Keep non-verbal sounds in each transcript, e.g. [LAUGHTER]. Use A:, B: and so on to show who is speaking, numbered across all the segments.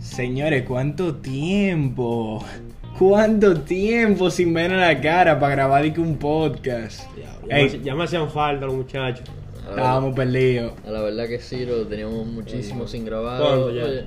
A: Señores, ¿cuánto tiempo? ¿Cuánto tiempo sin ver a la cara para grabar y que un podcast?
B: Ya, ya
A: Ey.
B: me hace- ya me hacían falta los muchachos.
C: A la-
A: Estábamos perdidos.
C: Ah, A la verdad que sí, lo teníamos muchísimo sin grabar.
B: ¿Cuándo ya?
C: Oye,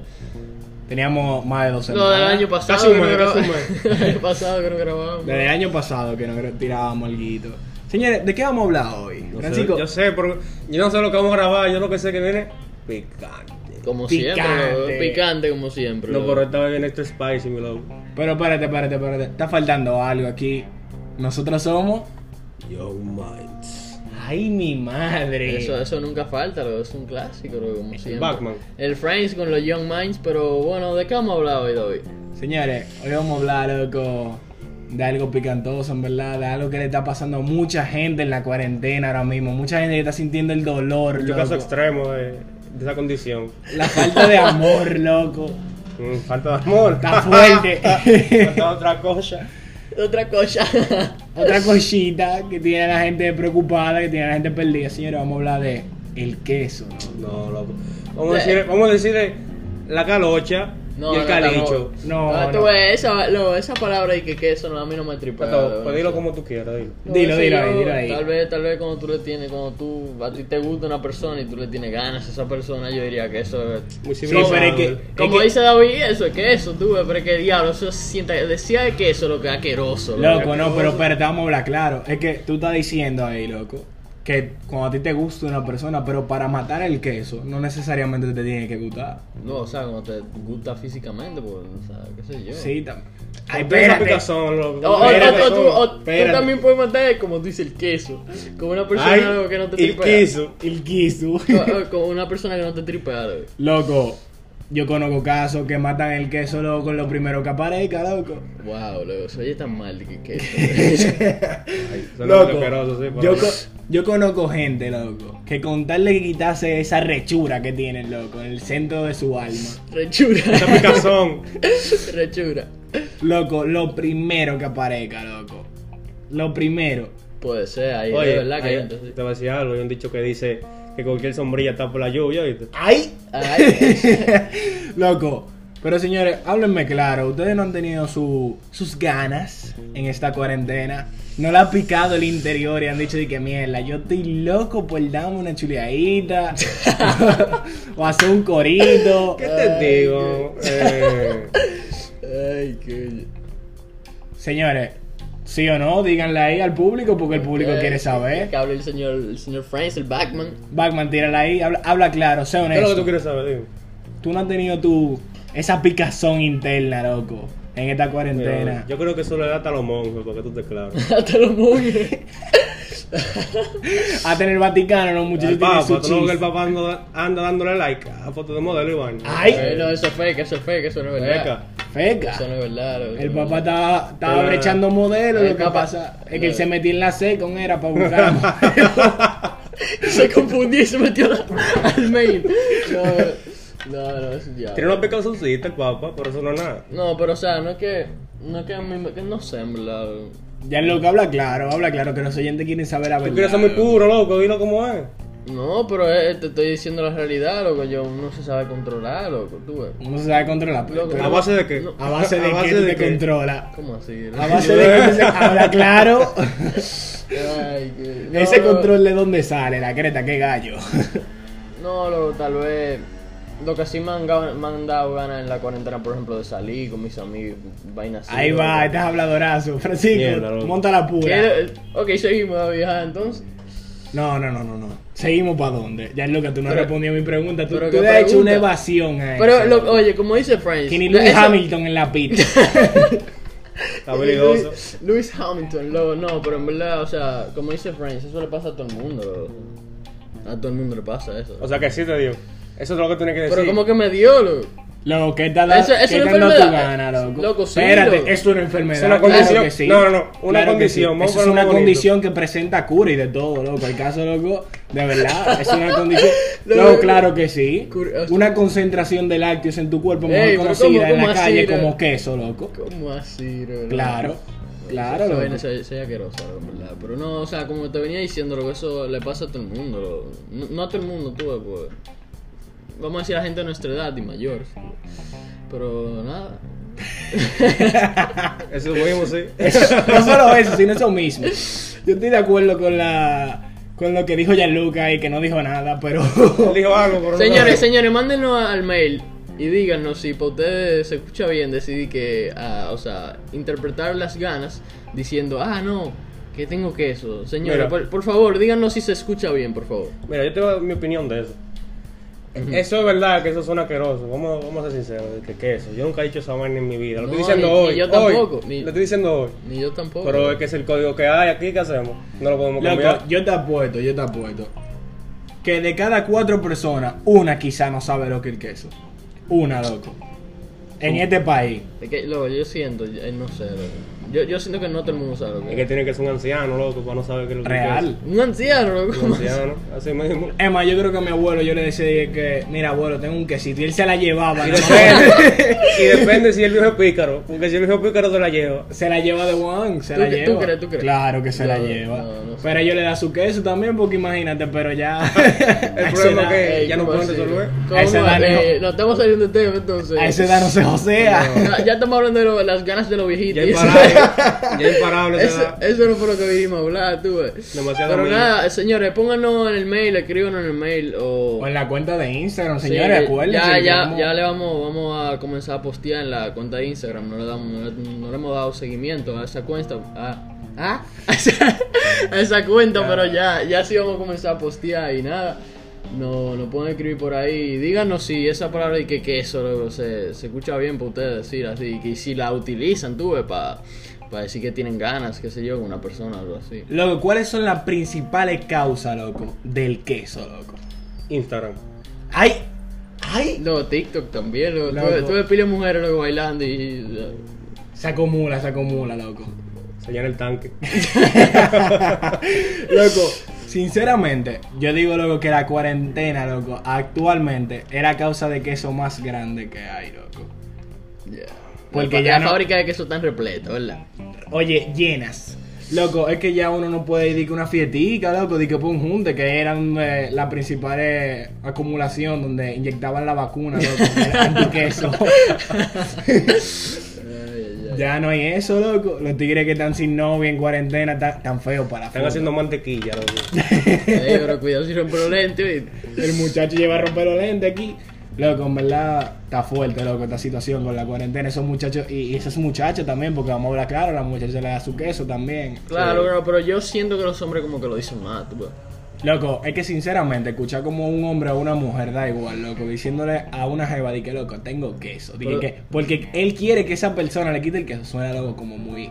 A: Teníamos más de dos
C: Lo del
A: semanas.
C: año pasado
B: Casi un
C: que no
B: mes,
C: grabamos.
B: casi un mes.
C: [LAUGHS] El año pasado que no grabamos.
A: Desde el año pasado que no tirábamos algo. Señores, ¿de qué vamos a hablar hoy?
B: No sé,
A: Francisco,
B: yo sé, pero yo no sé lo que vamos a grabar, yo lo que sé que viene picante.
C: Como
A: Picante.
C: siempre, bro. picante como siempre.
B: Lo
C: bro.
B: correcto viene este spicy, mi loco.
A: pero espérate, espérate, espérate. Está faltando algo aquí. Nosotros somos...
B: Young Minds.
A: ¡Ay, mi madre!
C: Eso, eso nunca falta, bro. es un clásico, bro, como siempre.
B: Batman.
C: El Friends con los Young Minds, pero bueno, ¿de qué vamos a hablar hoy, David?
A: Señores, hoy vamos a hablar, loco, de algo picantoso, en verdad, de algo que le está pasando a mucha gente en la cuarentena ahora mismo. Mucha gente que está sintiendo el dolor,
B: Mucho caso
A: loco.
B: extremo de, de esa condición.
A: La falta de amor, loco.
B: Mm, falta de amor.
A: Está fuerte.
B: [LAUGHS] falta otra cosa.
C: Otra cosa.
A: Otra cosita que tiene a la gente preocupada, que tiene a la gente perdida, señores, vamos a hablar de el queso, loco.
B: No, loco. Vamos a decirle, vamos a decirle la calocha
C: [LAUGHS] No,
B: y el
C: no,
B: calicho.
A: No,
C: Ah, tú
A: no.
C: ves, esa, lo- esa palabra y que, que eso no, a mí no me tripa.
B: Tato, pues dilo como tú quieras, dilo.
C: No,
A: Dilo,
C: eso
A: dilo
C: yo-
A: ahí, dilo ahí.
C: Tal vez, tal vez cuando tú le tienes, cuando tú, a ti te gusta una persona y tú le tienes ganas a esa persona, yo diría que eso es...
B: Muy
A: Sí,
B: civilizado,
A: pero es que-
B: ¿eh?
C: Como
A: que-
C: dice David, eso es que eso, tú, ves, pero es que diablo, eso sienta, decía que eso lo que es asqueroso. lo que
A: Loco,
C: es
A: no,
C: asqueroso.
A: pero espérate, vamos a hablar claro. Es que tú estás diciendo ahí, loco, que cuando a ti te gusta una persona, pero para matar el queso, no necesariamente te tiene que gustar.
C: No, o sea, como te gusta físicamente, pues, o sea, qué sé yo.
A: Sí, también. Ay,
B: Con toda esa
A: espérate.
B: picazón, loco.
C: O, o- o-
B: Espérate,
C: o tú, o tú
B: espérate.
C: también puedes matar, como dice el queso, como una persona
B: Ay,
C: loco, que no te
B: el
C: tripea.
B: queso.
A: El queso.
C: Co- o- Como una persona que no te tripea, loco.
A: [LAUGHS] Loco, yo conozco casos que matan el queso, loco, en lo primero que aparezca, loco.
C: Wow, loco, se oye tan mal que [LAUGHS] queso.
B: Son
A: Loco,
B: asquerosos, sí, pero-
A: yo, co- yo conozco gente, loco, que con tal de quitarse esa rechura que tienen, loco, en el centro de su alma.
C: Rechura,
B: Esa picazón.
C: [LAUGHS] rechura.
A: Loco, lo primero que aparezca, loco. Lo primero.
C: Puede ser, ahí
B: Oye,
C: de verdad que
B: hay-
C: hay gente [LAUGHS] así.
B: te voy a decir algo. Hay un dicho que dice que cualquier sombrilla está por la lluvia, ¿viste?
A: ¡Ay!
C: Ay,
A: Loco. Pero señores, háblenme claro. Ustedes no han tenido su- sus ganas en esta cuarentena. No le ha picado el interior y han dicho de que mierda, yo estoy loco por darme una
B: [LAUGHS]
A: chuleadita. o hacer un corito.
B: ¿Qué te digo? Eh,
C: ay, qué.
A: Señores, sí o no, díganle ahí al público porque el público
C: Eh,
B: Este,
A: quiere
C: Que
A: saber.
C: hable el señor, el señor Franks, el Backman.
A: Backman, tírala ahí, habla, habla claro, sea
B: ¿Qué es lo que
A: honesto.
B: tú quieres saber? Dime.
A: Tú no has tenido tu esa picazón interna, loco, en esta cuarentena.
B: Mira, Yo creo que eso le da hasta los monjes, porque tú te claro.
C: [LAUGHS] Hasta los móviles.
A: Hasta en el Vaticano los muchachos
B: El
A: tienen
B: papa,
A: su
B: tú no ves que
A: chis.
B: el papa anda, anda dándole like a fotos de modelo, Iván.
A: Ay.
C: Eh, no, eso es fake, eso es fake, eso no es verdad.
B: Venga.
A: Feca.
C: Eso no es verdad. loco.
A: El papá estaba, estaba
B: Pero-
A: brechando modelos,
C: El
A: lo que
C: papá-
A: pasa es que él se metió en la seca, un era para
C: [LAUGHS]
A: buscar modelos.
C: [LAUGHS] Se confundió y se metió la-
A: [LAUGHS]
C: al mail. No, no, no, es un diablo.
B: Tiene una picazoncita el papa, por eso no es nada.
C: No, pero o sea, no es que. No es que a mí. me- Que no sé, en verdad. loco.
A: Ya el loco habla claro, habla claro, que los oyentes quieren saber la
B: Tú quieres ser
A: verdad.
B: muy puro, loco, dilo como es.
C: No, pero eh, te estoy diciendo la realidad, loco. Yo no se sabe controlar, loco. Tú ves.
A: Uno se sabe controlar, pues,
C: Loco,
A: pero
B: ¿A base de qué?
C: No.
A: a
C: [LAUGHS]
A: base de que tú te controla.
C: ¿Cómo así?
A: A base
C: [LAUGHS]
A: de que tú se- habla claro.
C: Ay, que-
A: [LAUGHS]
C: no,
A: Ese
C: loco.
A: control de dónde sale, la creta, qué gallo.
C: No, loco, tal vez. Lo que sí me han, ga- me han dado ganas en la cuarentena, por ejemplo, de salir con mis amigos, vainas así.
A: Ahí
C: loco.
A: va, estás habladorazo. Francisco,
B: Mierda, loco.
A: monta la pura.
C: ¿Qué? eh, Ok, seguimos, David, ajá, entonces.
A: No, no, no, no, no. Seguimos para dónde. Ya es lo que tú no
C: Pero-
A: respondías a mi pregunta. Tú,
C: pero
A: tú
C: qué
A: le has hecho
C: pregunta.
A: una evasión a
C: Pero,
A: eso.
C: lo- oye, como dice Frank.
A: Que ni Lewis Hamilton en la pista.
C: [LAUGHS]
B: Está habilidoso.
C: Lewis Hamilton, loco, no, pero en verdad, o sea, como dice Frank, eso le pasa a todo el mundo, loco. A todo el mundo le pasa eso.
B: O sea que sí te digo. Eso es lo que tienes que decir.
C: pero como que me dio, loco.
A: Loco, ¿qué te ha dado
C: Eso- eso es
A: qué
C: una
A: te han dado tu
C: enfermedad.
A: gana, loco?
C: Loco, sí,
A: Espérate,
C: loco.
A: es una enfermedad.
B: Es una
A: claro
B: condición.
A: que sí.
B: No, no, no, una
A: Claro que
B: condición,
A: sí. Eso
B: vamos a
A: es
B: ponerlo
A: una
B: bonito.
A: condición que presenta cura y de todo, loco. El caso, loco, de verdad, es una
C: [LAUGHS]
A: condición.
C: Loco,
A: Loco, claro que sí.
C: cura-
A: Una concentración de lácteos en tu cuerpo mejor
C: Ey, pero
A: conocida
C: ¿cómo-
A: en
C: cómo
A: la
C: así,
A: calle
C: loco?
A: como queso, loco.
C: ¿Cómo así, loco?
A: Claro, claro,
C: Esa
A: [LAUGHS] loco.
C: vaina se- se asquerosa, loco, en verdad. Pero no, o sea, como te venía diciendo, loco, eso le pasa a todo el mundo, loco. pues. No, no a todo el mundo, tú, ves, pues. Vamos a decir a gente de nuestra edad y mayores. Pero nada.
B: Eso lo mismo, sí. [LAUGHS]
A: no solo eso, sino eso mismo. Yo estoy de acuerdo con la con lo que dijo Gianluca y que no dijo nada, pero
B: Él dijo algo, pero no-
C: Señores, señores, mándenos al mail y díganos si para ustedes se escucha bien decidir que, ah, o sea, interpretar las ganas diciendo, ah, no, que tengo queso. Señores,
B: Mira.
C: por, por favor, díganos si se escucha bien, por favor.
B: Mira, yo tengo mi opinión de eso. Eso es verdad que eso suena asqueroso. Vamos, vamos a ser sinceros, que queso. Yo nunca he dicho esa vaina en mi vida. Lo estoy
C: No,
B: diciendo
C: ni-
B: hoy.
C: ni yo
B: hoy.
C: tampoco, ni-
B: Lo estoy diciendo hoy.
C: Ni yo tampoco.
B: Pero es que es el código que hay aquí, ¿qué hacemos? No lo podemos cambiar.
A: Loco, yo te apuesto, yo te apuesto. Que de cada cuatro personas, una quizá no sabe lo que es el queso. Una, loco. En este país.
C: Es que, loco, yo siento, yo- eh, no sé, loco. Yo, yo siento que no todo el mundo sabe lo que
B: Es que tiene que ser un anciano, loco, para no saber qué es lo que es
A: Real.
C: Un anciano, loco.
B: queso. Un
C: [LAUGHS]
B: anciano, así mismo.
A: Emma, yo creo que a mi abuelo yo le decía que, mira abuelo, tengo un quesito. Y él se la llevaba.
B: Y
A: ¿no?
B: depende, y depende si el viejo es pícaro, porque si el viejo es pícaro se la lleva.
A: Se la lleva de Juan, se
C: ¿Tú
A: la
C: cre-
A: lleva.
C: tú crees, tú crees?
A: Claro que se
C: No,
A: la
C: no,
A: lleva.
C: no, no sé.
A: Pero ella le da su queso también, porque imagínate, pero
C: [LAUGHS]
A: ya. a
B: El
A: esa
B: problema es
A: edad-
B: que ya no
C: ¿cómo
B: pueden
C: así?
B: resolver.
C: ¿Cómo?
A: A esa edad
C: Eh,
A: no.
C: nos estamos saliendo del tema, entonces.
A: A esa edad no se josea.
C: Ya, ya estamos hablando de lo- las ganas de los viejitos. [LAUGHS]
B: Ya
C: y
B: es imparable. ya es
C: eso-
B: imparable.
C: Eso,
B: esa-
C: eso no fue lo que vinimos a hablar, tú. eh.
B: Demasiado
C: Pero
B: miedo.
C: nada, señores, pónganos en el mail, escríbanos en el mail o...
A: O en la cuenta de Instagram,
C: Sí,
A: señores, acuérdense.
C: Ya,
A: que
C: ya,
A: como-
C: ya le vamos, vamos a comenzar a postear en la cuenta de Instagram. No le, damos, no, le, no le hemos dado seguimiento a esa cuenta. A, ¿ah? [LAUGHS] a, esa, a esa cuenta, pero ya, ya sí vamos a comenzar a postear y nada. No, no pueden escribir por ahí. Díganos si esa palabra y que queso loco, se, se escucha bien para ustedes decir así. Y si la utilizan, tú, para decir que tienen ganas, qué sé yo, con una persona o algo así.
A: Loco, ¿cuáles son las principales causas, loco, del queso, loco?
B: Instagram.
A: ¡Ay! ¡Ay!
C: Luego TikTok también. Luego,
A: Loco.
C: tuve, tuve pila de mujeres luego bailando y- y
A: Se acumula, se acumula, loco.
B: Se llena el
C: [LAUGHS]
B: tanque.
A: Loco, sinceramente, yo digo, loco, que la cuarentena, loco, actualmente es la causa de queso más grande que hay, loco.
C: Ya.
A: Porque
C: la,
A: ya
C: la
A: no-
C: fábrica de queso tan repleta, ¿verdad?
A: Oye, llenas. Loco, es que ya uno no puede ir de que una fietica, loco, de que por un junte, que eran eh, la principal eh, acumulación donde inyectaban la vacuna, loco, [LAUGHS] era antiqueso. ya no hay eso, loco. Los tigres que están sin novia en cuarentena están tan feos para la
B: Están
A: foto.
B: haciendo mantequilla,
C: [LAUGHS]
B: loco.
C: Ey, pero cuidado si rompe los lentes. ¿viste?
A: El muchacho lleva romper los lentes aquí. Loco, en verdad está fuerte, loco, esta situación con la cuarentena. Esos muchachos, y, y esas muchachas también, porque vamos a hablar claro, la muchacha le da su queso también.
C: Claro, bro, pero yo siento que los hombres como que lo dicen más, tú. ves.
A: Loco, es que sinceramente, escuchar como un hombre o una mujer da igual, loco, diciéndole a una jeva, di que loco, tengo queso. di que-
C: Pero-
A: que- porque él quiere que esa persona le quite el queso, suena loco como muy.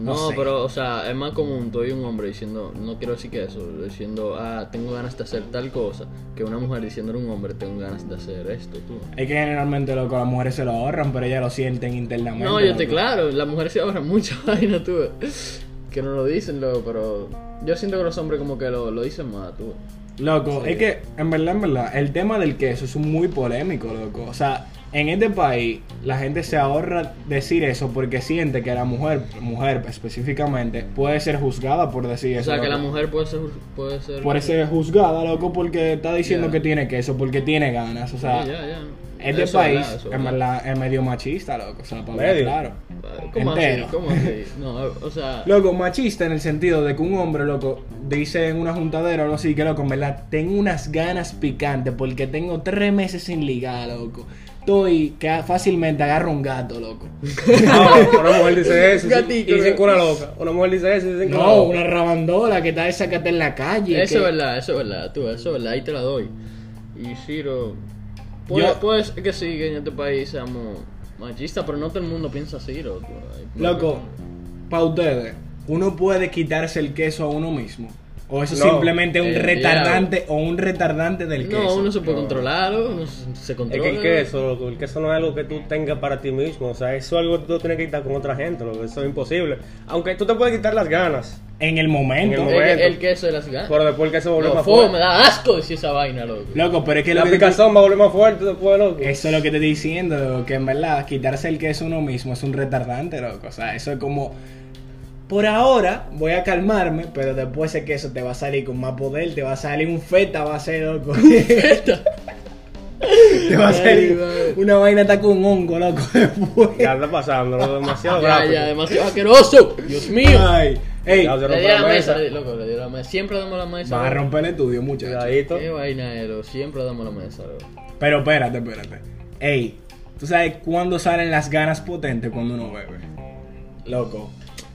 C: No,
A: No sé.
C: pero, o sea, es más común tú y un hombre diciendo, no quiero decir que eso, diciendo, ah, tengo ganas de hacer tal cosa, que una mujer diciéndole a un hombre, tengo ganas de hacer esto, tú.
A: Es que generalmente, loco, las mujeres se lo ahorran, pero ellas lo sienten internamente.
C: No, yo te
A: loco.
C: claro, las mujeres se ahorran [LAUGHS] mucha vaina, tú. ves. Que no lo dicen, luego, pero yo siento que los hombres como que lo, lo dicen más, tú. ves.
A: Loco, es que, en verdad, en verdad, el tema del queso es muy polémico, loco. O sea, en este país, la gente se ahorra decir eso porque siente que la mujer, mujer específicamente, puede ser juzgada por decir
C: O
A: eso.
C: sea, que
A: loco.
C: la mujer puede ser... Puede ser
A: Por ser juzgada, loco, porque está diciendo
C: Ya.
A: que tiene queso, porque tiene ganas. O sea,
C: Sí, ya, ya.
A: este
C: Eso
A: país
C: verdad, eso
A: en
C: verdad.
A: verdad, es medio machista, loco. O sea, para hablar
B: Medio.
A: claro.
C: ¿Cómo
A: entero.
C: así? ¿Cómo así? No,
A: [LAUGHS]
C: o sea,
A: Loco, machista en el sentido de que un hombre, loco, dice en una juntadera o algo así, que loco, en verdad, tengo unas ganas picantes porque tengo tres meses sin ligar, loco. Estoy que fácilmente agarro un gato, loco.
B: No, una mujer dice eso. y-
C: Gatito,
B: y dicen que
C: loco.
B: una loca. Una mujer dice eso y dicen que una
A: No,
B: loca.
A: una rabandola que está de sacate en la calle.
C: eso
A: que-
C: es verdad, eso es verdad, tú, eso es verdad, ahí te la doy. Y Ciro,
A: Yo-
C: pues, pues que sí, que en este país seamos machistas, pero no todo el mundo piensa Ciro. tú. Hay-
A: Loco, para ustedes, ¿uno puede quitarse el queso a uno mismo? ¿O eso es
B: No.
A: simplemente un
C: Eh,
A: retardante o un retardante del
C: No,
A: queso?
C: uno se puede controlar, ¿no? uno se se
B: Es
C: controla.
B: que el queso, loco, el queso no es algo que tú tengas para ti mismo. O sea, eso es algo que tú tienes que quitar con otra gente, loco. Eso es imposible. Aunque tú te puedes quitar las ganas.
A: En el momento.
B: En
C: El, el- el queso de las ganas.
B: Pero después el queso vuelve
C: No,
B: más
C: fo, Ah. me
B: fuerte.
C: da asco decir esa vaina, loco.
A: Loco, pero es que, lo
B: La
A: que tú-
B: picazón va a volver más fuerte después,
C: [LAUGHS]
B: loco.
A: Eso es lo que te estoy diciendo, loco, que en verdad quitarse el queso a uno mismo es un retardante, loco. O sea, eso es como... Por ahora voy a calmarme, pero después ese queso te va a salir con más poder, te va a salir un feta, va a ser loco. [LAUGHS] Te va a salir
C: madre.
A: una vaina está con hongo, loco, [LAUGHS] después.
B: Ya está pasando, lo demasiado
C: Ya,
B: rápido.
C: ya, demasiado asqueroso. Dios
A: Ah,
C: mío.
A: Ay, ey,
B: Ya, se
C: Le
B: rompe
C: di
B: la
C: a la mesa,
B: mesa.
C: loco, le di a la mesa. Siempre damos la mesa.
A: va a
C: loco.
A: romper el estudio, muchachos.
B: Cuidadito.
C: Qué vaina es, loco. Siempre damos la mesa, loco.
A: Pero espérate, espérate. Ey, ¿tú sabes cuándo salen las ganas potentes cuando uno bebe? Loco.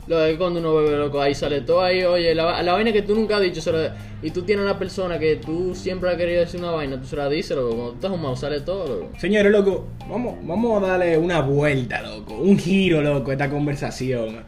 C: Lo de cuando uno bebe loco, ahí sale todo ahí, oye, la, la vaina que tú nunca has dicho, se la- y tú tienes una persona que tú siempre has querido decir una vaina, tú se la dices, loco, cuando tú estás humado sale todo, loco.
A: Señores, loco, vamos, vamos a darle una vuelta, loco. Un giro, loco, a esta conversación.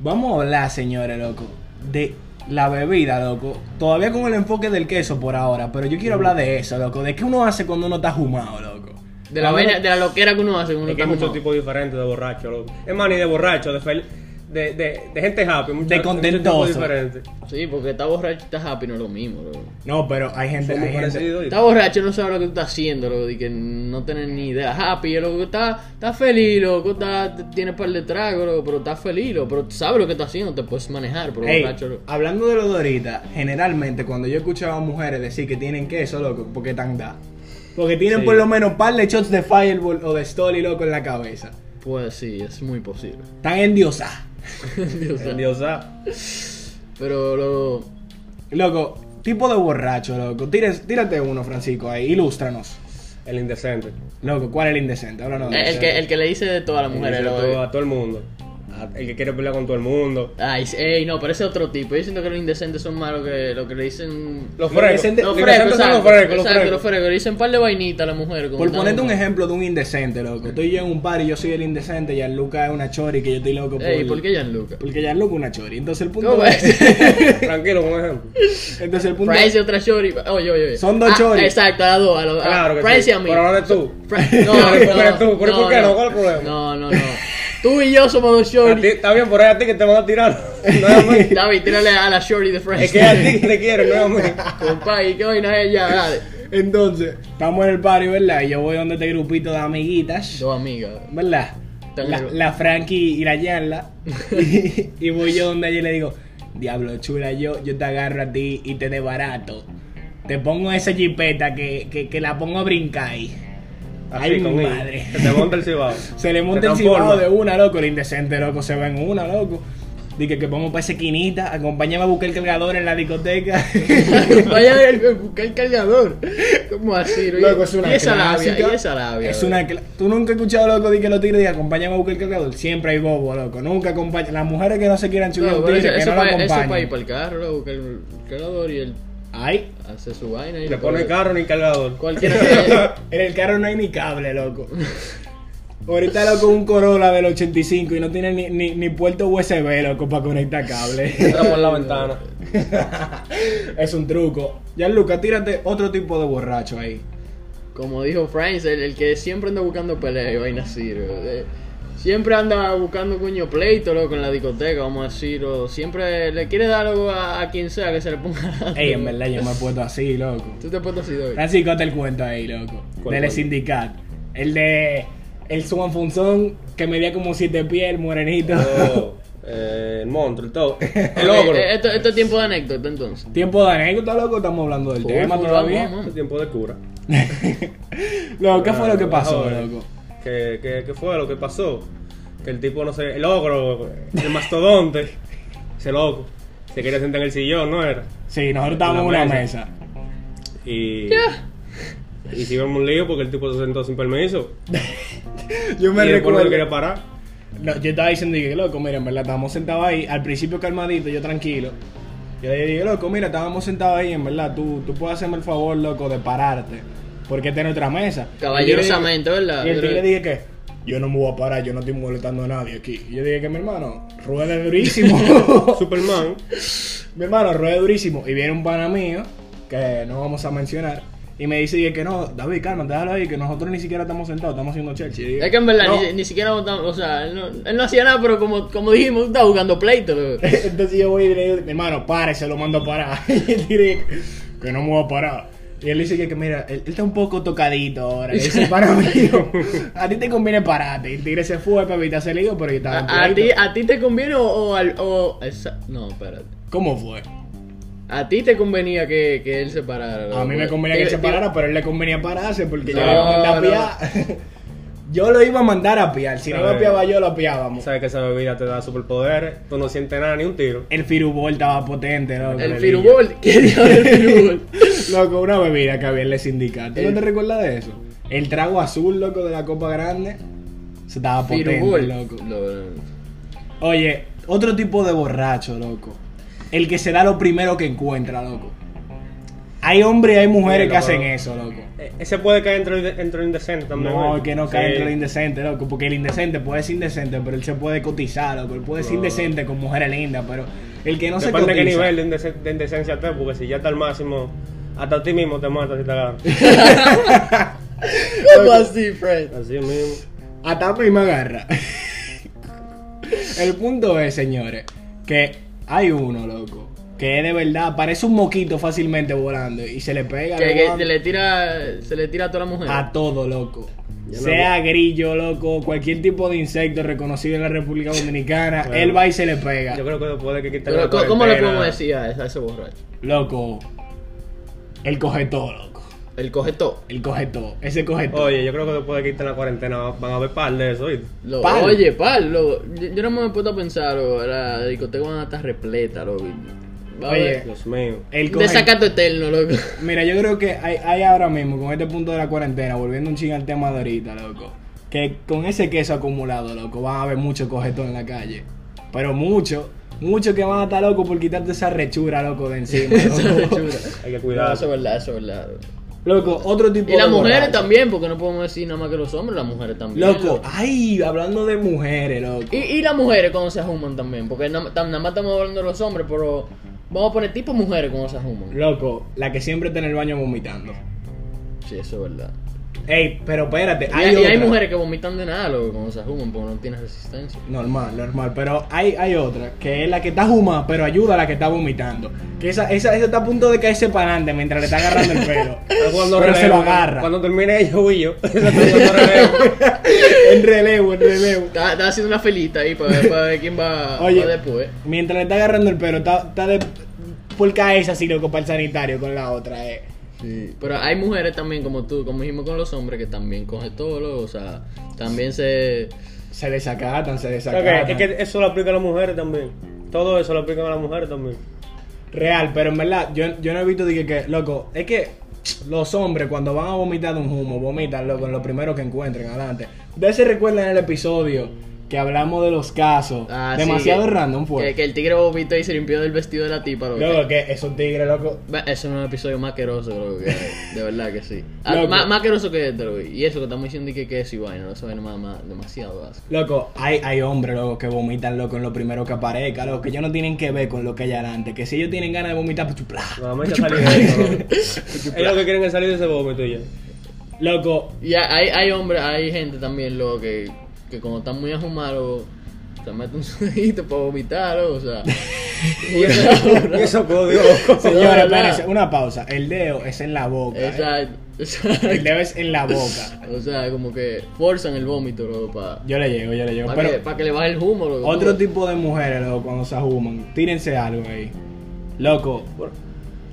A: Vamos a hablar, señores, loco, de la bebida, loco. Todavía con el enfoque del queso por ahora, pero yo quiero hablar de eso, loco. ¿De qué uno hace cuando uno está jumado, loco?
C: De la
A: Cuando-
C: vaina, de la loquera que uno hace, uno
B: Es que
C: está
B: hay muchos
C: humado.
B: tipos diferentes de borracho, loco. Es más, ni de borracho, de, fel- de, de, de gente happy. mucho-
A: De
B: muchos
A: contentoso.
B: tipos diferentes.
C: Sí, porque está borracho y está happy, no es lo mismo, loco.
A: No, pero hay gente,
B: Somos
A: hay gente.
B: parecidos. y-
C: Está borracho, no sabe lo que tú estás haciendo, loco, y que no tienes ni idea. Happy, loco, está, está feliz, loco, está, tiene par de tragos, loco, pero está feliz, loco, pero sabes lo que estás haciendo, te puedes manejar, pero
A: Ey,
C: borracho, loco.
A: hablando de los Doritas, generalmente cuando yo escuchaba a mujeres decir que tienen queso, loco, porque tan da. Porque tienen
C: Sí.
A: por lo menos un par de shots de Fireball o de Stoli, loco, en la cabeza.
C: Pues sí, es muy posible.
A: Están endiosadas.
C: Dios santo.
B: Endiosa.
C: Pero lo.
A: Loco, tipo de borracho, loco. Tires- tírate uno, Francisco, ahí. Ilústranos.
B: El indecente.
A: Loco, ¿cuál es el indecente? Háblanos de
C: El,
A: eso.
C: el que, el que le dice de todas las mujeres.
B: Indecente
C: lo- Ah.
B: a todo el mundo. A- el que quiere pelear con todo el mundo.
C: Ay, ey, no, pero ese es otro tipo. Yo siento que los indecentes son malos que lo que le dicen.
B: Los
A: Lo
B: frecos.
A: indecente-
B: Los
C: Los
A: lo
B: indecentes
C: frecos,
B: son
C: exacto,
B: los frecos, los
C: exacto,
B: frecos.
C: los frecos. Le dicen par de vainitas a la mujer. como
A: Por
C: tal.
A: ponerte un ejemplo de un indecente, loco. Estoy yo en un par y yo soy el indecente y el Luca es una chori que yo estoy loco por...
C: Ey, ¿por qué Gianluca?
A: Porque ya es loco una chori. Entonces el punto
C: ¿Cómo
A: es... [LAUGHS]
C: es?
B: Tranquilo, un ejemplo.
C: [LAUGHS]
A: Entonces el punto
C: Price y
A: es...
C: otra shorty. Oye, oye, oye.
A: Son dos
C: Ah,
A: shorty.
C: Exacto, a las dos. A los, a-
B: Claro que
C: Price
B: sí.
C: y a mí.
B: Pero ahora eres tú. [LAUGHS]
C: Pri- No,
B: Pero
C: no,
B: tú, pero ¿por qué no? ¿Cuál es el problema?
C: No, no, no. Tú y yo somos dos
B: A ti-
C: shorty.
B: Está bien, por ahí a ti que te van a
C: [LAUGHS]
B: tirar. No es a mí.
C: David, tírale a la shorty de Price.
B: Es que es
C: [LAUGHS]
B: a ti que te quieren, no es a mí.
C: Compadre, ¿qué vaina es ella? Dale.
A: Entonces, estamos en el party, ¿verdad? Y yo voy donde este grupito de amiguitas.
C: Dos amigas.
A: ¿verdad?
C: Tan
A: La,
C: gru-
A: la Frankie y la Yanla. y, y voy yo donde ella y le digo, diablo chula, yo, yo te agarro a ti y te desbarato. Te pongo esa jipeta que, que, que la pongo a brincar ahí.
B: Así,
A: Ay, mi
B: con él.
A: madre.
B: Se te monta el cibao.
A: Se le monta el cibao de una, loco. El indecente, loco, se va en una, loco. Dije que vamos para esa esquinita, acompáñame a buscar el cargador en la discoteca.
C: Vaya a ver, buscar el cargador. ¿Cómo así? Luis?
A: Loco, es una
C: y esa labia,
A: clásica.
C: y esa labia.
A: Es
C: bro.
A: una cla- Tú nunca has escuchado loco de que lo tire y acompáñame a buscar el cargador. Siempre hay bobo, loco. Nunca acompaña. Las mujeres que no se quieran subir a
C: No,
A: un
C: pero
A: tigre,
C: eso,
A: que
C: eso
A: no lo
C: pa- eso es para
A: acompañen.
C: ir para el carro, luego buscar el cargador y él [LAUGHS]
A: Ay,
C: hace su vaina. Y
B: Le pone el carro ni el
A: [LAUGHS]
B: cargador.
C: Cualquiera que.
A: en el carro no hay ni cable, loco. Ahorita loco un Corolla del 85 y no tiene ni, ni, ni puerto USB, loco, para conectar cable. [LAUGHS]
B: Entra por la ventana.
A: es un truco. Ya, Luca, tírate otro tipo de borracho ahí.
C: Como dijo Franz, el, el que siempre anda buscando pelea y vaina así, bro. Eh, Siempre anda buscando cuño pleito, loco, en la discoteca, vamos a decirlo. Siempre le quiere dar algo a, a quien sea que se le ponga.
A: Ey, en verdad yo me he puesto así, loco.
C: Tú te has puesto así, David.
A: Francisco, te el cuento ahí, loco.
B: ¿Cuál,
A: Del
B: cuál?
A: sindicato. El de. El Suan Funzón, que medía como siete pies, el morenito.
B: Oh, eh, el monstruo, el todo. El
C: Ok,
B: ogro.
C: eh, Esto, esto es tiempo de anécdota,
A: [LAUGHS]
C: entonces.
A: Tiempo de anécdota, loco, estamos hablando del
C: Full,
A: tema
C: full,
A: todavía.
C: vamos, vamos.
B: Este tiempo de cura.
A: [LAUGHS] Loco, eh, ¿qué fue lo que pasó,
B: Ahora,
A: loco?
B: ¿Qué, qué, qué fue lo que pasó? Que el tipo, no sé, el ogro, el mastodonte, [LAUGHS] ese loco, se quería sentar en el sillón, ¿no era?
A: Sí, nosotros estábamos en
B: La
A: una mesa.
B: mesa. Y. Hicimos un lío porque el tipo se sentó sin permiso.
A: Yo me
B: y el
A: recuerdo.
B: que quería parar.
A: No, yo estaba diciendo, dije, loco, mira, en verdad, estábamos sentados ahí, al principio calmadito, yo tranquilo. Yo le dije, loco, mira, estábamos sentados ahí, en verdad, tú, tú puedes hacerme el favor, loco, de pararte. Porque esta es nuestra mesa.
C: Caballerosamente, ¿verdad?
A: Y el tigre
C: Pero-
A: dije que yo no me voy a parar, yo no estoy molestando a nadie aquí. Y yo dije que mi hermano ruede [LAUGHS] durísimo.
B: Superman.
A: mi hermano ruede durísimo. Y viene un pana mío, que no vamos a mencionar, y me dice dije que no, David, calma, déjalo ahí, que nosotros ni siquiera estamos sentados, estamos haciendo Chelsea. Y dije,
C: Es que en verdad
A: "No".
C: ni, ni siquiera votamos, o sea, él no, él no hacía nada, pero como, como dijimos, estaba jugando
A: [LAUGHS]
C: pleito.
A: [LAUGHS]
C: loco.
A: Entonces yo voy y le digo, mi hermano, párese, lo mando a parar. [LAUGHS] Y él dice que no me voy a parar. Y él dice que, que mira, él, él está un poco tocadito ahora. Y dice, para
C: [LAUGHS]
A: mí, a ti te conviene pararte. Y el tigre se fue para evitarse el lío, pero yo estaba en
C: A, a ti,
A: pleito.
C: ¿A ti te conviene o, o al... O, esa- no, espérate.
A: ¿Cómo fue?
C: A ti te convenía que, que él se parara.
A: A mí me convenía que él se parara, pero a él le convenía pararse porque yo
C: No,
A: lo mandé a
C: no.
A: piar. [LAUGHS] Yo lo iba a mandar a piar. Si no
B: Está
A: lo
B: bien.
A: piaba yo, lo piábamos.
B: Sabes que esa bebida te da superpoderes, tú no sientes nada, ni un tiro.
A: El firubol estaba potente, ¿no?
C: El firubol. ¿Qué diablo es el firubol?
A: [LAUGHS] Loco, una bebida que había en les sindicato. ¿Tú no
C: El-
A: te recuerdas de eso? El trago azul, loco, de la copa grande. Se estaba potente,
C: Firubol.
A: loco.
C: Lo-
A: Oye, otro tipo de borracho, loco. El que se da lo primero que encuentra, loco. Hay hombres y hay mujeres
B: Sí,
A: que
B: loco,
A: hacen
B: loco.
A: eso, loco.
B: Eh, Ese puede caer entre, el- entre el indecente también.
A: No,
B: ¿eh?
A: que no cae
B: Sí.
A: entre lo indecente, loco. Porque el indecente puede ser indecente, pero él se puede cotizar, loco. Él puede ser
B: No.
A: indecente con mujeres lindas, pero el que no
B: Depende
A: se
B: de qué
A: cotiza.
B: nivel de, indece- de indecencia estés, porque si ya está al máximo, hasta a ti mismo te matas si te agarras.
C: ¿Cómo así, Fred?
B: Así mismo.
A: Hasta prima agarra. El punto es, señores, que hay uno, loco, que de verdad parece un moquito fácilmente volando y se le pega
C: Que,
A: lo
C: que
A: guan-
C: se le tira se le tira a toda la mujer.
A: a todo, loco.
B: Ya lo
A: Sea grillo, loco, cualquier tipo de insecto reconocido en la República Dominicana,
B: Bueno.
A: él va y se le pega.
B: Yo creo que después de que quitar
C: Pero,
B: la
C: ¿cómo, cómo le
B: cuarentena-
A: ah.
C: podemos decir a ese, a ese borracho?
A: Loco, él coge todo, loco.
C: El coge todo.
A: Él coge todo, ese coge todo.
B: Oye, yo creo que después de que quitar la cuarentena van a haber par de eso, ¿oíste?
C: Lo-
A: Pal.
C: Oye, pal, lo- yo, yo no me he puesto a pensar, lo, la discoteca van a estar repleta, loco. Va a
A: Oye,
C: haber-
B: Dios mío.
A: Él
C: Un
A: coge-
C: Desacato eterno,
A: [LAUGHS]
C: loco.
A: Mira, yo creo que hay, hay ahora mismo, con este punto de la cuarentena, volviendo un ching al tema de ahorita, loco, que con ese queso acumulado, loco, van a haber mucho cogetón en la calle. Pero mucho, mucho que van a estar locos por quitarte esa rechura, loco, de
C: [LAUGHS]
A: encima. Loco,
B: Hay que
C: No, eso es
B: cuidarse.
C: verdad, eso es verdad. loco.
A: Loco, otro tipo
C: Y las
A: de
C: mujeres
A: borracho.
C: también, porque no podemos decir nada más que los hombres, las mujeres también.
A: Loco, ay, hablando de mujeres, loco.
C: Y, y las mujeres cuando se ajuman también, porque na- tam- nada más estamos hablando de los hombres, pero vamos a poner tipo mujeres cuando se ajuman.
A: Loco, la que siempre está en el baño vomitando.
C: Sí, eso es verdad.
A: Ey, pero espérate,
C: Y
A: hay,
C: hay, y hay
A: otra.
C: mujeres que vomitan de nada, loco, cuando se ajuman, porque no tienen resistencia.
A: Normal, normal. Pero hay, hay otra, que es la que está jumada, pero ayuda a la que está vomitando. Que esa, esa, esa está a punto de caerse para adelante mientras le está agarrando el
B: [LAUGHS]
A: pelo.
B: Cuando
A: pero se lo
B: relevo,
A: agarra.
B: Cuando termine ella, voy yo. [LAUGHS] Eso es cuando relevo.
A: [LAUGHS] En relevo, en relevo.
C: Está, está haciendo una felita ahí para, ver- para ver quién va,
A: Oye,
C: va después.
A: Mientras le está agarrando el pelo, está, está de por caerse así, loco, para el sanitario con la otra. Eh.
C: Pero hay mujeres también, como tú, como dijimos con los hombres, que también coge todo, loco, o sea, también se...
A: Se desacatan, se desacatan.
B: Ok, Es que eso lo aplica a las mujeres también. Todo eso lo aplican a las mujeres también.
A: Real, pero en verdad, yo, yo no he visto de que, que, loco, es que los hombres cuando van a vomitar de un humo, vomitan, loco, en lo primero que encuentren, adelante. Ustedes se recuerdan el episodio que hablamos de los casos.
C: Ah, sí,
A: Demasiado
C: que-
A: random fue.
C: Que, que el tigre vomitó y se limpió del vestido de la tipa, loco.
A: Loco, que esos tigres, loco.
C: Va, Eso es un episodio más asqueroso, loco, que hay. De verdad que sí. Ah,
A: Loco.
C: más, más asqueroso que este, loco. Y eso que estamos diciendo y que, que es y vaina, no, eso vaina más, más- demasiado asco.
A: Loco, hay, hay hombres, loco, que vomitan, loco, en lo primero que aparezca, loco, que ellos no tienen que ver con lo que hay adelante. Que si ellos tienen ganas de vomitar, pues chupla. [LAUGHS]
B: Nada más que salir de eso. ¿no? Ellos lo que quieren es salir de ese vómito y ya.
A: Loco,
C: Y hay, hay hombres, hay gente también, loco, que, que cuando están muy ajumados, se mete un sudito para vomitar, loco, o sea.
A: [LAUGHS]
B: Y eso, y eso codio.
A: señores,
C: verdad.
A: espérense, una pausa. El dedo es en la boca. eh.
C: Exacto,
A: El
C: exacto.
A: dedo es en la boca.
C: O sea, como que forzan el vómito, loco, para
A: Yo le llego, yo le llego.
C: pa
A: pero,
C: que, pa que le baje el humo, loco.
A: Otro tipo de mujeres, loco, cuando se ajuman. Tírense algo ahí. Loco.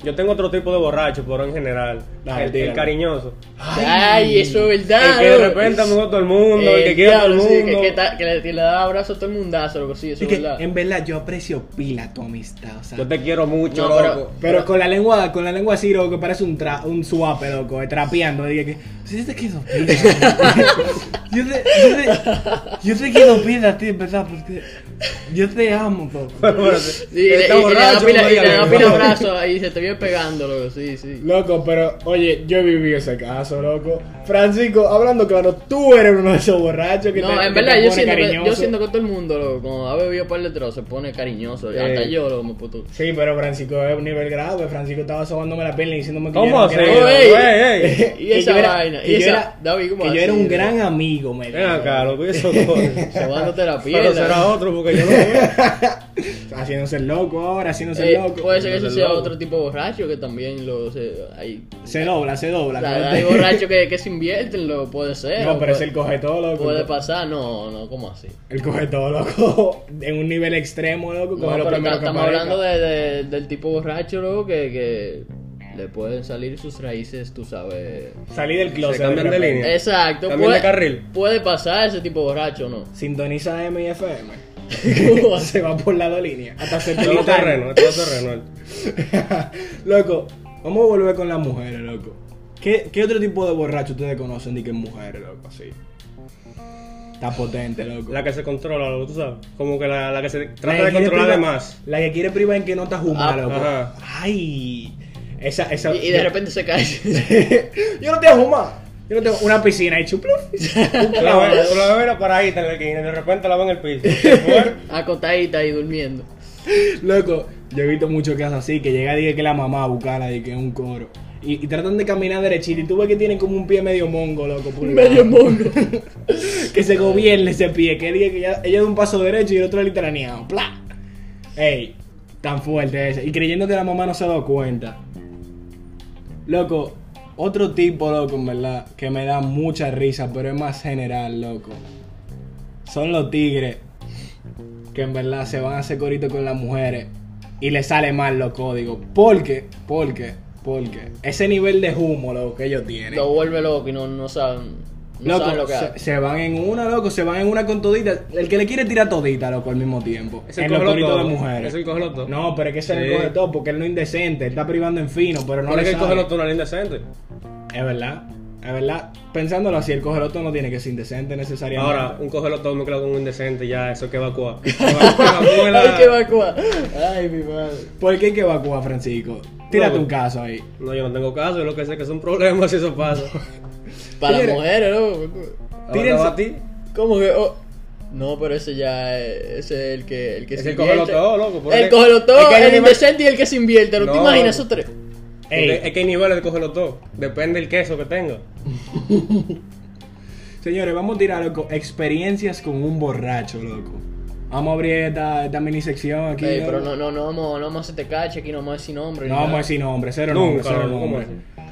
B: Yo tengo otro tipo de borracho, pero en general.
A: Dale,
B: el, el
A: tíralo.
B: cariñoso.
C: Ay, eso es
B: el
C: verdad.
B: que de
C: loco.
B: repente amó a todo el mundo, el
C: Eh,
B: que quiere a todo el
C: diablo,
B: mundo.
C: sí, que, que ta- que le, que le da abrazo a todo el mundazo, loco, sí,
A: Es
C: eso es
A: que,
C: verdad.
A: en verdad, yo aprecio pila tu amistad, o sea.
B: Yo te quiero mucho,
C: No, pero- [LAUGHS]
B: loco.
A: Pero con la lengua, con la lengua así, loco, que parece un tra un suape, loco, eh, trapeando. Dije que, si yo te quiero pila. yo, te, yo, te, yo te quiero pila a ti, en verdad, porque yo te amo, loco.
B: Pero, pero, sí,
C: Sí, y le,
B: está
C: y le da
B: borracho,
C: pila, y le
B: María,
C: da
B: loco.
C: pila abrazo ahí, se te viene pegando, loco, sí, sí.
A: Loco, pero oye, yo he vivido ese caso, loco. Francisco, hablando claro, tú eres uno de esos borrachos que
C: No,
A: te,
C: en
A: que te
C: verdad, yo
A: pone
C: siento, que, yo
A: cariñoso.
C: siento que todo el mundo, loco, cuando ha bebido par de trozos, se pone cariñoso.
B: Sí.
C: Hasta yo, loco, me puto.
A: Sí, pero Francisco es un nivel grave. Francisco estaba sobándome la pierna y diciéndome que
B: ¿Cómo
A: yo
B: así?
A: era un
C: Oh,
A: gran-
C: ey,
B: ey, ey.
A: Que
C: [LAUGHS] Y esa
A: yo era-
C: vaina,
A: que
C: y
A: yo
C: esa-
A: era-
C: David, ¿cómo
A: que yo
C: así,
A: era un
C: loco?
A: gran amigo, me
B: [LAUGHS] Ven acá, loco, y eso codio.
C: [LAUGHS] Sobándote la
B: Pero será
C: pierna. [LAUGHS]
B: otro porque yo no lo veo.
A: Haciéndose el loco ahora, haciéndose
C: Ey,
A: el loco.
C: Eh, puede ser que
B: Haciéndose
C: ese
B: el
C: sea
B: loco.
C: otro tipo borrachos que también los. eh, hay,
A: Se dobla, se dobla.
C: o sea,
A: ¿no?
C: hay borrachos que, que se invierten, lo puede
A: [LAUGHS]
C: ser.
A: No,
C: o
A: pero es
C: puede-
A: el coge todo, loco.
C: eh, pues, Puede pasar, no, no, ¿cómo así?
A: El coge todo, loco. [LAUGHS] En un nivel extremo, loco.
C: No,
A: Coge lo
C: pero
A: primero
C: ta-
A: que
C: estamos
A: aparezca.
C: hablando de, de- del tipo borracho, loco, que, que le pueden salir sus raíces, tú sabes.
A: Salí del closet.
B: Se cambian de
A: repente.
B: línea.
C: Exacto,
B: También de carril.
C: puede pasar ese tipo borracho, ¿no?
A: Sintoniza M y FM.
C: [LAUGHS] ¿Cómo
A: [LAUGHS]
C: así?
A: se va por la dos líneas. Hasta se
B: Todo lo terreno, es todo terreno.
A: [LAUGHS] loco, vamos a volver con las mujeres, loco. ¿Qué, qué otro tipo de borracho ustedes conocen de que es mujer, loco? Así. Está potente, loco.
B: La que se controla, loco, tú sabes. Como que la, la que se
A: La
B: trata
A: que
B: de
A: quiere
B: controlar de
A: privar-
B: más.
A: La que quiere privar en que no está jumada,
C: Ah,
A: loco.
B: ajá.
A: Ay. Esa, esa.
C: Y, y de repente se cae. [LAUGHS]
A: [LAUGHS] Yo no tengo jumada. Yo no tengo una piscina y chupluf. [LAUGHS]
B: Tú la ves, tú la ves una paradita en la esquina y de repente la ven en el piso.
A: [LAUGHS]
B: Se fue.
C: acotadita y durmiendo.
A: Loco, yo he visto muchos casos así, que llega y dice que la mamá a buscarla y que es un coro. Y, y tratan de caminar derechito y tú ves que tienen como un pie medio mongo, loco. pulgado.
C: Medio mongo.
A: [LAUGHS] que se gobierne ese pie, que diga que ella, ella da un paso derecho y el otro literaniado. ¡Pla! Ey, tan fuerte ese. Y creyendo que la mamá no se ha dado cuenta. Loco, otro tipo, loco, en verdad, que me da mucha risa, pero es más general, loco. Son los tigres que en verdad se van a hacer corito con las mujeres y les sale mal los códigos. Porque, porque, porque ese nivel de humo, loco, que ellos tienen.
C: Lo vuelve loco y no, no saben. No
A: Loco,
C: saben lo que
A: se,
C: hace.
A: se van en una, loco, se van en una con todita. El que le quiere tirar todita, loco, al mismo tiempo.
B: Es el
A: En los
B: cogeloto,
A: coritos de
B: ¿no?
A: mujeres.
B: Es el cogeloto.
A: No, pero es que ese
B: Sí.
A: le coge todo porque él no es indecente. Él está privando en fino, pero no
B: No
A: le
B: es que
A: sabe.
B: el cogeloto una linda gente.
A: Es verdad, es verdad. Pensándolo así, el cogeloto no tiene que ser indecente necesariamente.
B: Ahora, un cogeloto mezclado con un indecente, ya, eso [LAUGHS] hay que evacua.
C: [LAUGHS] Ay, qué vacua. Ay, mi madre.
A: ¿Por qué hay que evacuar, Francisco? Tírate
B: Loco.
A: un caso ahí.
B: No, yo no tengo caso, yo lo que sé que son problemas [LAUGHS] si eso pasa.
C: Para las
A: Mira.
C: mujeres, loco.
B: Ahora
A: Tírense-
B: te va a ti.
C: ¿Cómo que? oh? No, pero ese ya es, ese es el que, el que
B: Es
C: se
B: el cógelo
C: invierte.
B: todo, loco, porque-
C: El cógelo todo,
B: es que hay
C: el
B: nivel-
C: indecente y el que se invierte. ¿No, te
B: No.
C: imaginas esos tres?
A: Ey.
B: Porque Es que hay niveles de cogeloto. Depende del queso que tenga.
A: Señores, vamos a tirar, loco, experiencias con un borracho, loco. Vamos a abrir esta, esta mini sección aquí.
C: Ey,
A: loco.
C: pero no, no, no vamos, no vamos a hacer te cache aquí, no vamos a decir nombre.
A: No vamos a decir nombre, cero nombre,
B: Nunca,
A: cero
B: loco, ¿cómo
A: nombre.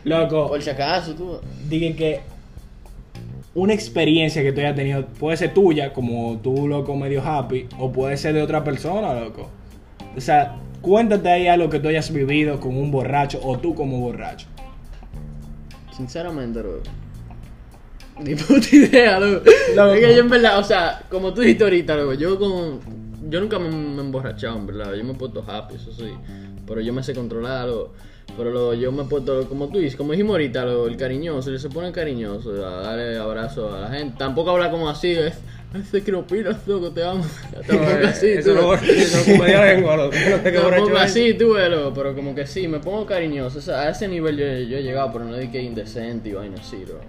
A: Loco,
C: Por si acaso, tú.
A: dije que una experiencia que tú hayas tenido puede ser tuya, como tú, loco, medio happy, o puede ser de otra persona, loco. O sea, cuéntate ahí algo que tú hayas vivido con un borracho o tú como borracho.
C: Sinceramente, loco. Ni puta idea, loco.
A: Loco.
C: Es que yo en verdad, o sea, como tú dijiste ahorita, loco, yo como. Yo nunca me, me he emborrachado, en verdad. Yo me he puesto happy, eso sí. Pero yo me sé controlar, loco. Pero loco, yo me he puesto, como tú dices, como dijimos ahorita, loco, el cariñoso, se pone cariñoso, a darle abrazo a la gente. Tampoco habla como así, es. Ese cropilas, loco, te amo. [LAUGHS] Tampoco así,
B: eh, Eso
C: tú,
B: no
C: loco.
B: eso no como media lengua, loco. No sé
C: [LAUGHS]
B: qué
C: Me
B: borracho
C: pongo
B: es.
C: así, tú, velo, pero como que sí, me pongo cariñoso. O sea, a ese nivel yo, yo he llegado, pero no de que indecente y vaina así, bro.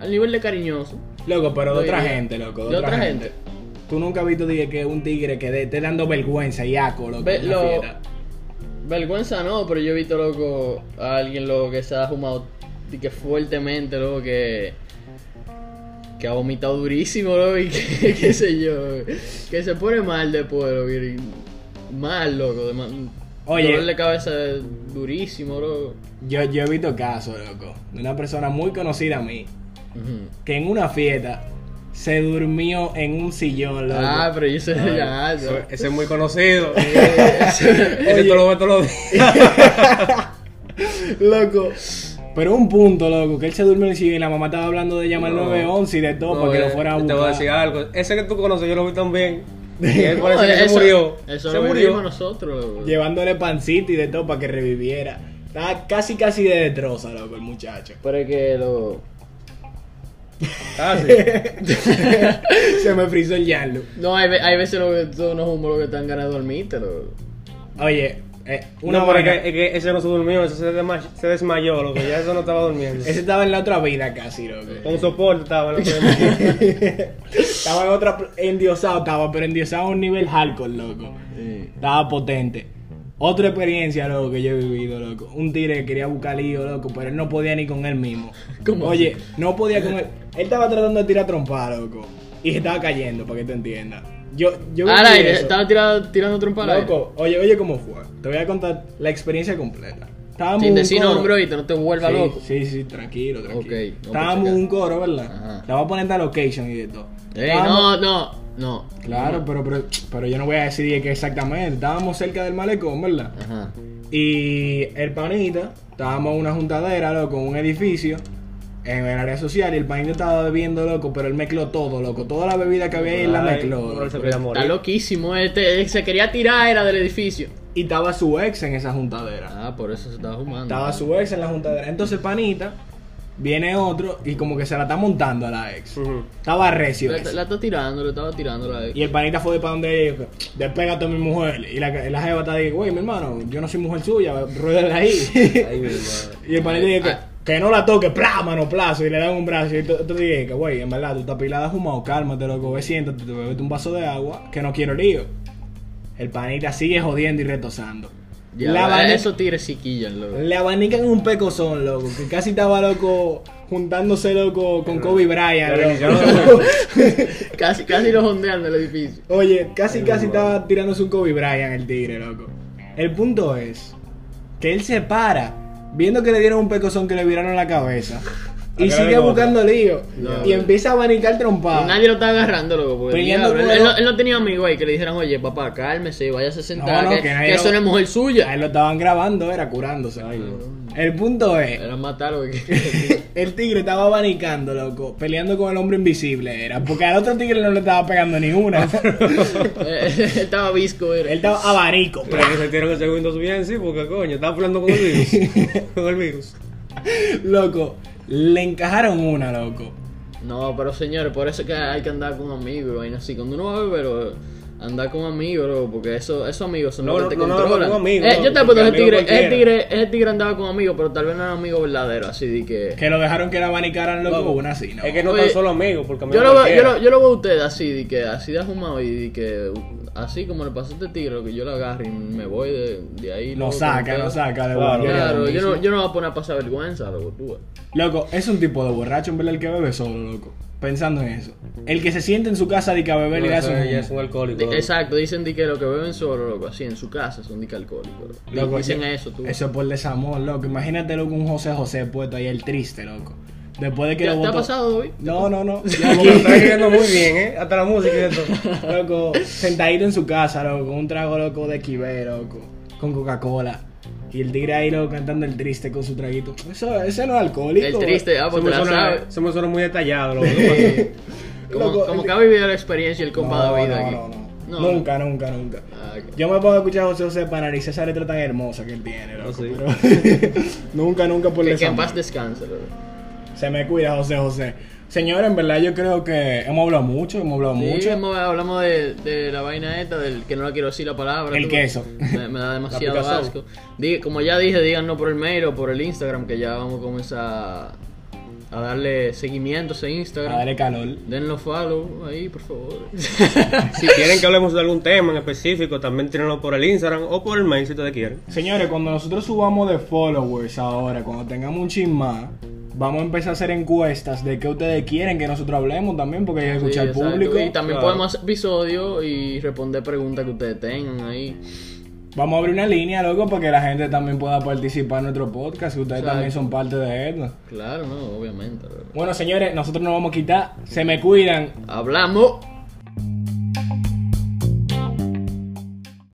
C: Al nivel de cariñoso.
A: Loco, pero de
C: Muy
A: otra
C: bien.
A: gente, loco. De,
C: De
A: otra,
C: otra
A: gente.
C: gente.
A: Tú nunca has visto dije, que un tigre que de- esté dando vergüenza y aco, loco.
C: Ve-
A: en la
C: lo-
A: fiesta.
C: Vergüenza no, pero yo he visto, loco, a alguien, loco, que se ha fumado y que fuertemente, loco, que. que ha vomitado durísimo, loco, y que, [LAUGHS] qué sé yo. Que se pone mal después, loco. y- mal, loco. De, ma-
A: Oye.
C: Dolor de cabeza durísimo, loco.
A: Yo, yo he visto casos, loco, de una persona muy conocida a mí,
C: Ujú.
A: que en una fiesta se durmió en un sillón, loco.
C: Ah, pero yo soy ya.
B: Eso-
C: ya.
B: Ese es muy conocido. [LAUGHS]
C: Eso-
B: Ese tú lo ves todos los días.
A: Loco. Pero un punto, loco, que él se durmió en el sillón y la mamá estaba hablando de llamar al
B: No.
A: 911 y de todo para que lo
B: eh,
A: fuera a
B: Te voy a
A: buscar.
B: decir algo. Ese que tú conoces, yo lo vi también. Y él
C: No,
B: parece que se
C: eso-
B: murió.
C: Eso
B: se
C: lo vivimos
B: murió.
C: nosotros. loco.
A: Llevándole pancito y de todo para que reviviera. Estaba casi, casi de destroza, loco, el muchacho. [LAUGHS]
C: Pero es que lo.
B: Casi.
A: se me frizó el yarlo.
C: No, hay, ve- hay veces lo que tú no humos lo que están ganas de dormirte. loco.
A: Oye, eh, una
B: Una no, pero es
A: vaina.
B: que, es que ese no se durmió, ese se, desma- se desmayó, loco. Ya eso no estaba durmiendo.
A: Ese estaba en la otra vida casi, loco.
B: Con soporte estaba.
A: [LAUGHS]
B: loco. Yo
A: Estaba en otra. Endiosado estaba, pero endiosado a un nivel hardcore, loco. Estaba potente. Otra experiencia, loco, que yo he vivido, loco. Un tigre que quería buscar lío, loco, pero él no podía ni con él mismo.
C: ¿Cómo?
A: Oye, no podía con él. Él estaba tratando de tirar trompa, loco. Y se estaba cayendo, para que te entiendas. Yo, yo
C: Al
A: viví
C: aire,
A: eso.
C: estaba tirado, tirando trompa al aire.
A: Loco, oye, oye, ¿cómo fue? Te voy a contar la experiencia completa. Estábamos
C: Sin
A: un
C: decir
A: coro.
C: nombre y no te vuelva
A: sí,
C: loco.
A: Sí, sí, tranquilo, tranquilo.
C: Ok, no, pues,
A: Estábamos
C: acá.
A: un coro, ¿verdad?
C: Ajá.
A: Te voy a poner esta location y de todo.
C: Ey,
A: Estábamos-
C: no, no, no.
A: Claro, pero, pero, pero yo no voy a decidir qué exactamente. Estábamos cerca del malecón, ¿verdad?
C: Ajá.
A: Y el panita, estábamos en una juntadera, loco, en un edificio, en el área social, y el panita estaba bebiendo, loco, pero él mezcló todo, loco. Toda la bebida que había ahí la
B: Ay,
A: mezcló.
B: no se
A: loco.
B: quería
C: Está
B: morir.
C: loquísimo, este, se quería tirar, era del edificio.
A: Y estaba su ex en esa juntadera.
C: Ah, por eso se estaba fumando.
A: Estaba su ex en la juntadera. Entonces panita, viene otro y como que se la está montando a la ex.
B: Ujú.
A: Estaba recio.
C: La,
A: ese.
C: la está tirando, le estaba tirando la
A: Y el panita fue de para donde ella y dijo, despégate mi mujer. Y la, la jeva está ahí, güey, mi hermano, yo no soy mujer suya, ruédale [LAUGHS] ahí.
B: Ay, mi madre.
A: Y el panel dice que,
C: Ah.
A: que no la toque, plá, mano, plazo, y le dan un brazo. Y tú tú dices que, güey, en verdad, tú estás pilada fumado, cálmate, loco, ve, siéntate, te bebete un vaso de agua, que no quiero lío. El panita sigue jodiendo y retosando.
C: Ya,
A: le,
C: eh,
A: abani-
C: esos tigres sí quillan, loco.
A: [LAUGHS] le abanican un pecozón, loco, que casi estaba, loco, juntándose, loco, con Kobe Bryant,
B: Pero
A: loco.
B: yo-
A: [LAUGHS]
C: Casi, casi los ondean del edificio.
A: Oye, casi,
B: Ay,
A: casi
B: mi madre.
A: estaba tirándose un Kobe Bryant el tigre, loco. El punto es que él se para viendo que le dieron un pecozón que le viraron la
B: [LAUGHS]
A: cabeza
B: ¿A
A: y
B: qué le
A: sigue
B: vengo?
A: buscando lío
C: No.
A: y empieza a abanicar
C: Y
A: trompadas.
C: nadie lo está agarrando, loco. Porque el
A: Peleando
C: diablo,
A: por-
C: él, él no, él no tenía amigos ahí que le dijeran, oye, papá, cálmese, váyase a sentar.
A: No, no,
C: que,
A: que nadie
C: que
A: lo-
C: eso no es mujer
A: A
C: suya.
A: él lo estaban grabando, era curándose. ay, loco. El punto es, [LAUGHS]
C: Era matarlo. [LAUGHS] que-
A: el tigre estaba abanicando, loco, peleando con el hombre invisible, era porque al otro tigre no le estaba pegando ni
B: [LAUGHS]
A: una. [LAUGHS]
C: Eh, estaba visco, era.
A: él estaba abanico.
B: Pero que se tiraron el segundo bien, sí, porque coño, estaba hablando con
A: [LAUGHS]
B: el virus. con el virus.
A: Loco, le encajaron una, loco.
C: No, pero señores, por eso es que hay que andar con amigos. vaina así. Cuando uno va a beber, o- andar con amigos, loco, porque eso, esos amigos son
B: No,
C: los
B: no,
C: que te
B: no, no,
C: controlan.
B: con amigos,
C: Eh,
B: no,
C: yo
B: porque
C: te apuesto que el
B: amigo
C: tigre, el
B: cualquiera.
C: tigre, el tigre andaba con amigos, pero tal vez no era amigo verdadero, así de que.
A: Que lo dejaron que la abanicaran, loco,
B: Loco,
A: una así, ¿no?
B: Es que no
C: Oye,
B: tan solo amigos, porque
C: Yo
B: amigos
C: lo, veo, yo,
B: cualquiera.
C: lo, yo lo veo a usted así, de que así de ahumado y de que uh, así como le pasó a este tigre, lo que yo lo agarro y me voy de, de ahí.
A: Lo
C: loco,
A: saca, lo
C: como que-
A: saca de
B: Claro,
A: borracho.
C: Claro, yo no,
A: Loco,
C: yo no voy a poner a pasar vergüenza, loco, tú. ves.
A: Loco, es un tipo de borracho, en verdad, el que bebe solo, loco. Pensando en eso. El que se siente en su casa de que a beber
B: No,
A: le da
B: eso
A: su
B: ya
A: humo.
B: es un alcohólico.
C: Di- Exacto, dicen de que lo que beben solo, loco, así en su casa son de que alcohólicos. loco.
A: Loco,
C: dicen
A: yo-
C: eso, tú.
A: Eso es por desamor, loco. Imagínate, loco, un José José puesto ahí, el triste, loco. Después de que
C: ¿Te,
A: lo
C: te ha
A: votó.
C: pasado hoy?
A: No, no,
C: [LAUGHS]
A: no.
B: Como que lo está escribiendo muy bien, ¿eh? Hasta la música y todo.
A: loco, sentadito en su casa, loco. Un trago, loco, de Kibé, loco. Con Coca-Cola. Y el tigre ahí, loco, cantando el triste con su traguito. Eso, ese no es alcohólico.
C: El triste, ah, pues
B: Somos
C: te la
B: solo-
C: sabes.
B: Somos solo muy detallados,
C: [LAUGHS]
B: loco. ¿Qué pasó?
C: Como,
A: Loco,
C: como
A: el-
C: que ha vivido la experiencia el compa
A: no,
C: David
A: no,
C: aquí.
A: no, no.
C: No.
A: Nunca, nunca, nunca.
C: Ah, ok.
A: Yo me puedo escuchar a José José para analizar esa letra tan hermosa que él tiene, loco.
B: No, sí.
A: pero- [LAUGHS] nunca, nunca por
C: que, que en
A: desamor.
C: paz descanse, loco.
A: Se me cuida José José. Señora, en verdad yo creo que hemos hablado mucho, hemos hablado
C: Sí,
A: mucho.
C: hemos- hablamos de, de la vaina esta, del que no la quiero decir la palabra.
A: El
C: tú.
A: queso. [LAUGHS]
C: Me, me da demasiado
B: La picazón.
C: asco. Di- como ya dije, díganos por el mail o por el Instagram, que ya vamos a comenzar a darle seguimiento a ese Instagram.
A: A darle calor.
C: Denlo follow ahí,
A: [LAUGHS]
C: por favor.
B: Si quieren que hablemos de algún tema en específico, también tírenlo por el Instagram o por el mail si ustedes quieren.
A: Señores, cuando nosotros subamos de followers ahora, cuando tengamos un chin más, vamos a empezar a hacer encuestas de qué ustedes quieren que nosotros hablemos también, porque hay que escuchar al
C: Sí, exacto.
A: público.
C: Y también
B: Claro.
C: podemos hacer episodios y responder preguntas que ustedes tengan ahí.
A: Vamos a abrir una línea, loco, para que la gente también pueda participar en nuestro podcast, que ustedes
C: Exacto.
A: también son parte de esto.
C: Claro, no, obviamente. loco.
A: Bueno, señores, nosotros nos vamos a quitar. Se me cuidan.
C: Hablamos.